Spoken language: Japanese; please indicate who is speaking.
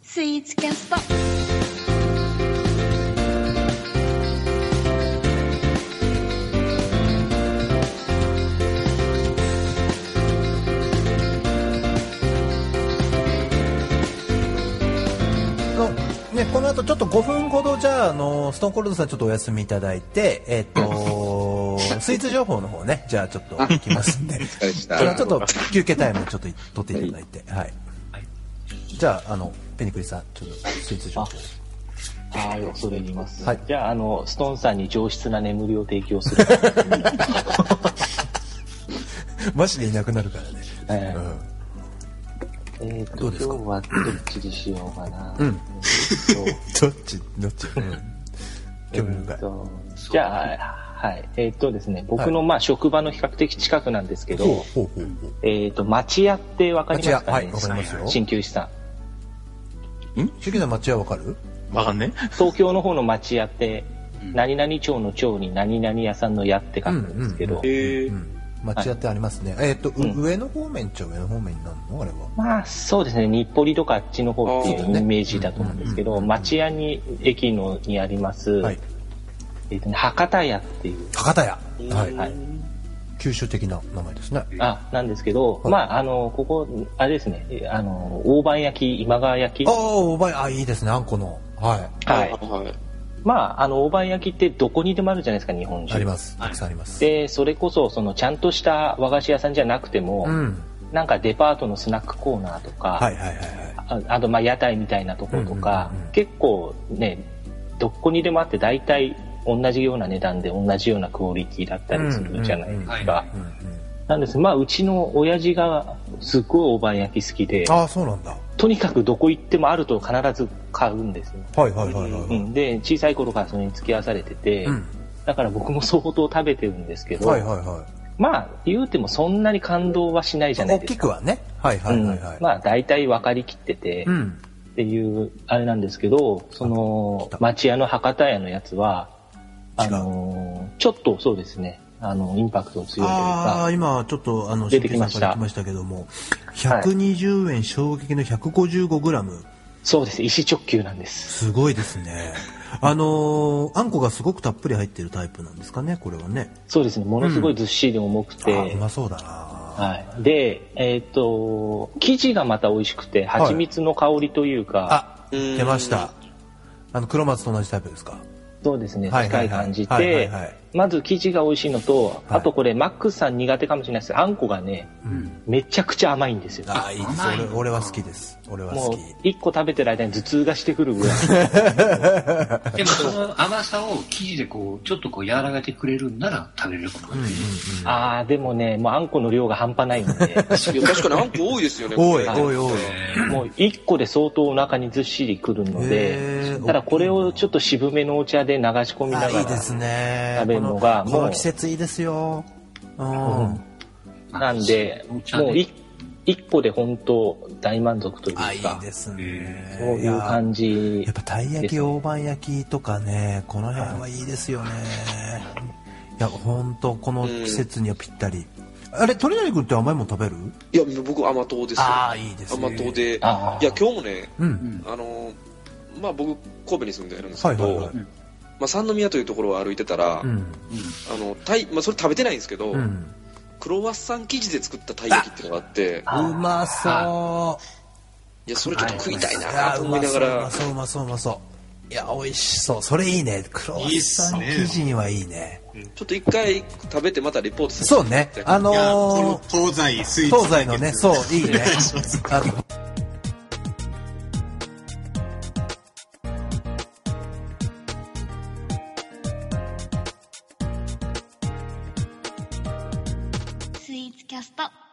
Speaker 1: スイーツキャスト。
Speaker 2: のね、この後ちょっと5分ほどじゃああのストーンコールドさんちょっとお休みいただいて、えっとスイーツ情報の方ねじゃあちょっといきますんで
Speaker 3: お疲れした
Speaker 2: あのちょっと休憩タイムちょっと取っていただいて、はいじゃああのペニクリさんちょっとスイーツ情報
Speaker 4: はい、恐れ入ります。
Speaker 2: はい
Speaker 4: じゃあ、あの、ストーンさんに上質な眠りを提供す る。
Speaker 2: マジでいなくなるからね、
Speaker 4: えーえっ
Speaker 2: ど
Speaker 4: と、
Speaker 2: うですか
Speaker 4: 今日はどっちにしようかな。
Speaker 2: うん
Speaker 4: えーと
Speaker 2: うん、どっちどっち、うん、興味深
Speaker 4: え
Speaker 2: い
Speaker 4: っとじゃあ、はい。えっとですね、僕の、まあ、職場の比較的近くなんですけ
Speaker 2: ほう
Speaker 4: ど、
Speaker 2: ほうほうほう
Speaker 4: えっと、町屋ってわかりますかね
Speaker 2: 町屋はいわかりますよ
Speaker 4: 鍼灸師さん。
Speaker 2: シュキさん町屋わかる
Speaker 5: わかんね
Speaker 4: 東京の方の町屋って、何々町の町に何々屋さんの屋って書くんですけど、
Speaker 5: え
Speaker 2: うん町屋ってありますね、えっと、う
Speaker 4: うん
Speaker 2: 上の方面っちゃ上の方面になるのあれは
Speaker 4: まあそうですね日暮里とかあっちの方っていうイメージだと思うんですけ
Speaker 2: あー
Speaker 4: ど
Speaker 2: そうだね
Speaker 4: 町屋に駅のにあります、
Speaker 2: はい
Speaker 4: えーとね、博多屋っていう、
Speaker 2: 博多屋、はい
Speaker 4: はい、
Speaker 2: 九州的な名前ですね
Speaker 4: あなんですけど、
Speaker 2: はい
Speaker 4: まああのここあれですねえあの大判焼き今川焼き
Speaker 2: ああおばいあいいですねあんこのは
Speaker 4: はい
Speaker 3: はい。
Speaker 4: まああの大判焼きってどこにでもあるじゃないですか日本
Speaker 2: いあり
Speaker 4: 中
Speaker 2: ますたくさんあります、
Speaker 4: でそれこそそのちゃんとした和菓子屋さんじゃなくても、
Speaker 2: うん
Speaker 4: なんかデパートのスナックコーナーとか、
Speaker 2: はいはいはいはい
Speaker 4: ああとまあ屋台みたいなところとか、
Speaker 2: うんうんうんうん
Speaker 4: 結構ねどこにでもあって大体同じような値段で同じようなクオリティだったりするじゃないですか、
Speaker 2: うんうん
Speaker 4: なんですまあうちの親父がすっごい大判焼き好きで
Speaker 2: ああそうなんだ
Speaker 4: とにかくどこ行ってもあると必ず買うんですよ、
Speaker 2: はいはいはいは
Speaker 4: う
Speaker 2: い
Speaker 4: ん、で小さい頃からそれに付き合わされてて、
Speaker 2: うん
Speaker 4: だから僕も相当食べてるんですけど、
Speaker 2: はいはいは
Speaker 4: まあ言うてもそんなに感動はしないじゃ
Speaker 2: い
Speaker 4: ない
Speaker 2: 大
Speaker 4: です
Speaker 2: き
Speaker 4: か
Speaker 2: くはねはいはいはいは
Speaker 4: う
Speaker 2: い
Speaker 4: ん、まあ大体分かりきってて、
Speaker 2: うん
Speaker 4: っていうあれなんですけどその町屋の博多屋のやつはあのちょっとそうですねあのインパクト強いという
Speaker 2: ああ
Speaker 4: か
Speaker 2: 今ちょっとあの
Speaker 4: 出てきま
Speaker 2: 新旧さ
Speaker 4: した
Speaker 2: んから来ましたけども120円衝撃の 155g
Speaker 4: そうです石直球なんです
Speaker 2: すごいですねあのーあんこがすごくたっぷり入ってるタイプなんですかねこれはね
Speaker 4: そうですねものすごいずっしり重く
Speaker 2: あ
Speaker 4: て、
Speaker 2: ーうまそうだな
Speaker 4: はい、でえっ、と生地がまた美味しくて
Speaker 2: い
Speaker 4: 蜂蜜の香りというか、
Speaker 2: あ出ましたあの黒松と同じタイプですか
Speaker 4: そうですね
Speaker 2: はいは
Speaker 4: 近
Speaker 2: い
Speaker 4: い
Speaker 2: はい
Speaker 4: 感じ
Speaker 2: はいはい
Speaker 4: で
Speaker 2: はい
Speaker 4: まず生地が美味しいのと、
Speaker 2: はい
Speaker 4: あとこれマックスさん苦手かもしれないですけどあんこがね
Speaker 2: うん
Speaker 4: めちゃくちゃ甘いんですよ
Speaker 2: あーいいです
Speaker 5: 甘い
Speaker 2: 俺
Speaker 5: のか
Speaker 2: 俺は好きです俺は
Speaker 4: も
Speaker 2: 好
Speaker 4: う
Speaker 2: き
Speaker 4: 1個食べてる間に頭痛がしてくるぐらい
Speaker 5: でもその甘さを生地でこう、ちょっとこう和らげてくれるんなら食べれるかも
Speaker 2: うんうん
Speaker 5: ね。
Speaker 2: うん
Speaker 4: ああ、でもね、もうあんこの量が半端ないん で、
Speaker 3: いや確かにあんこ多いですよね。
Speaker 2: 多い
Speaker 3: これ
Speaker 2: 多い多い
Speaker 4: もう1個で相当お腹にずっしりくるので、
Speaker 2: へー
Speaker 4: ただこれをちょっと渋めのお茶で流し込みなが
Speaker 2: あ
Speaker 4: ら、
Speaker 2: いいですね
Speaker 4: 食べるの
Speaker 2: この
Speaker 4: が
Speaker 2: こ
Speaker 4: も
Speaker 2: の
Speaker 4: う
Speaker 2: 季節いいですようん
Speaker 4: なんで、もう
Speaker 5: お茶ね
Speaker 4: 1, 個で本当大満足という
Speaker 2: あい
Speaker 4: か
Speaker 2: い、ですね
Speaker 5: へ
Speaker 4: そういう感
Speaker 2: い
Speaker 4: じ
Speaker 2: ややっ。ぱたい焼
Speaker 4: です
Speaker 2: き
Speaker 4: ね
Speaker 2: 大判焼きとかねこの辺はいいですよねいや本当この季節にはぴったりあれ鳥谷君って甘いもん食べる
Speaker 3: いや、僕甘党ですよ。
Speaker 2: あーいいですね
Speaker 3: 甘党で。いや、
Speaker 4: ああ
Speaker 3: 今日もね、
Speaker 2: うん
Speaker 3: あのー、まあ僕、神戸に住んでるんです
Speaker 2: は
Speaker 3: け
Speaker 2: いはいは
Speaker 3: ど
Speaker 2: い、
Speaker 3: まあ三宮というところを歩いてたら、あ
Speaker 2: うん
Speaker 3: の、たい、まあそれ食べてないんですけど
Speaker 2: う、ん
Speaker 3: クロワッサン生地で作ったたい焼きっていうのがあって、
Speaker 4: あ
Speaker 2: うまそう
Speaker 3: いや、それちょっと食いた
Speaker 2: い
Speaker 3: い
Speaker 2: や
Speaker 3: な
Speaker 2: ー
Speaker 3: と
Speaker 2: う
Speaker 3: 思い
Speaker 2: ま
Speaker 3: な
Speaker 2: そ
Speaker 3: が
Speaker 2: ううま
Speaker 3: ら、
Speaker 2: そううまそううまそういや美味しそうそれいいねクロワッサン生地にはいいね
Speaker 3: ちょっと一回食べてまたレポートさせて
Speaker 2: そうねあの
Speaker 6: いやこ
Speaker 2: ー
Speaker 6: の、東西スイーツ
Speaker 2: 東西のねそういい ねあの
Speaker 1: スイーツキャスト。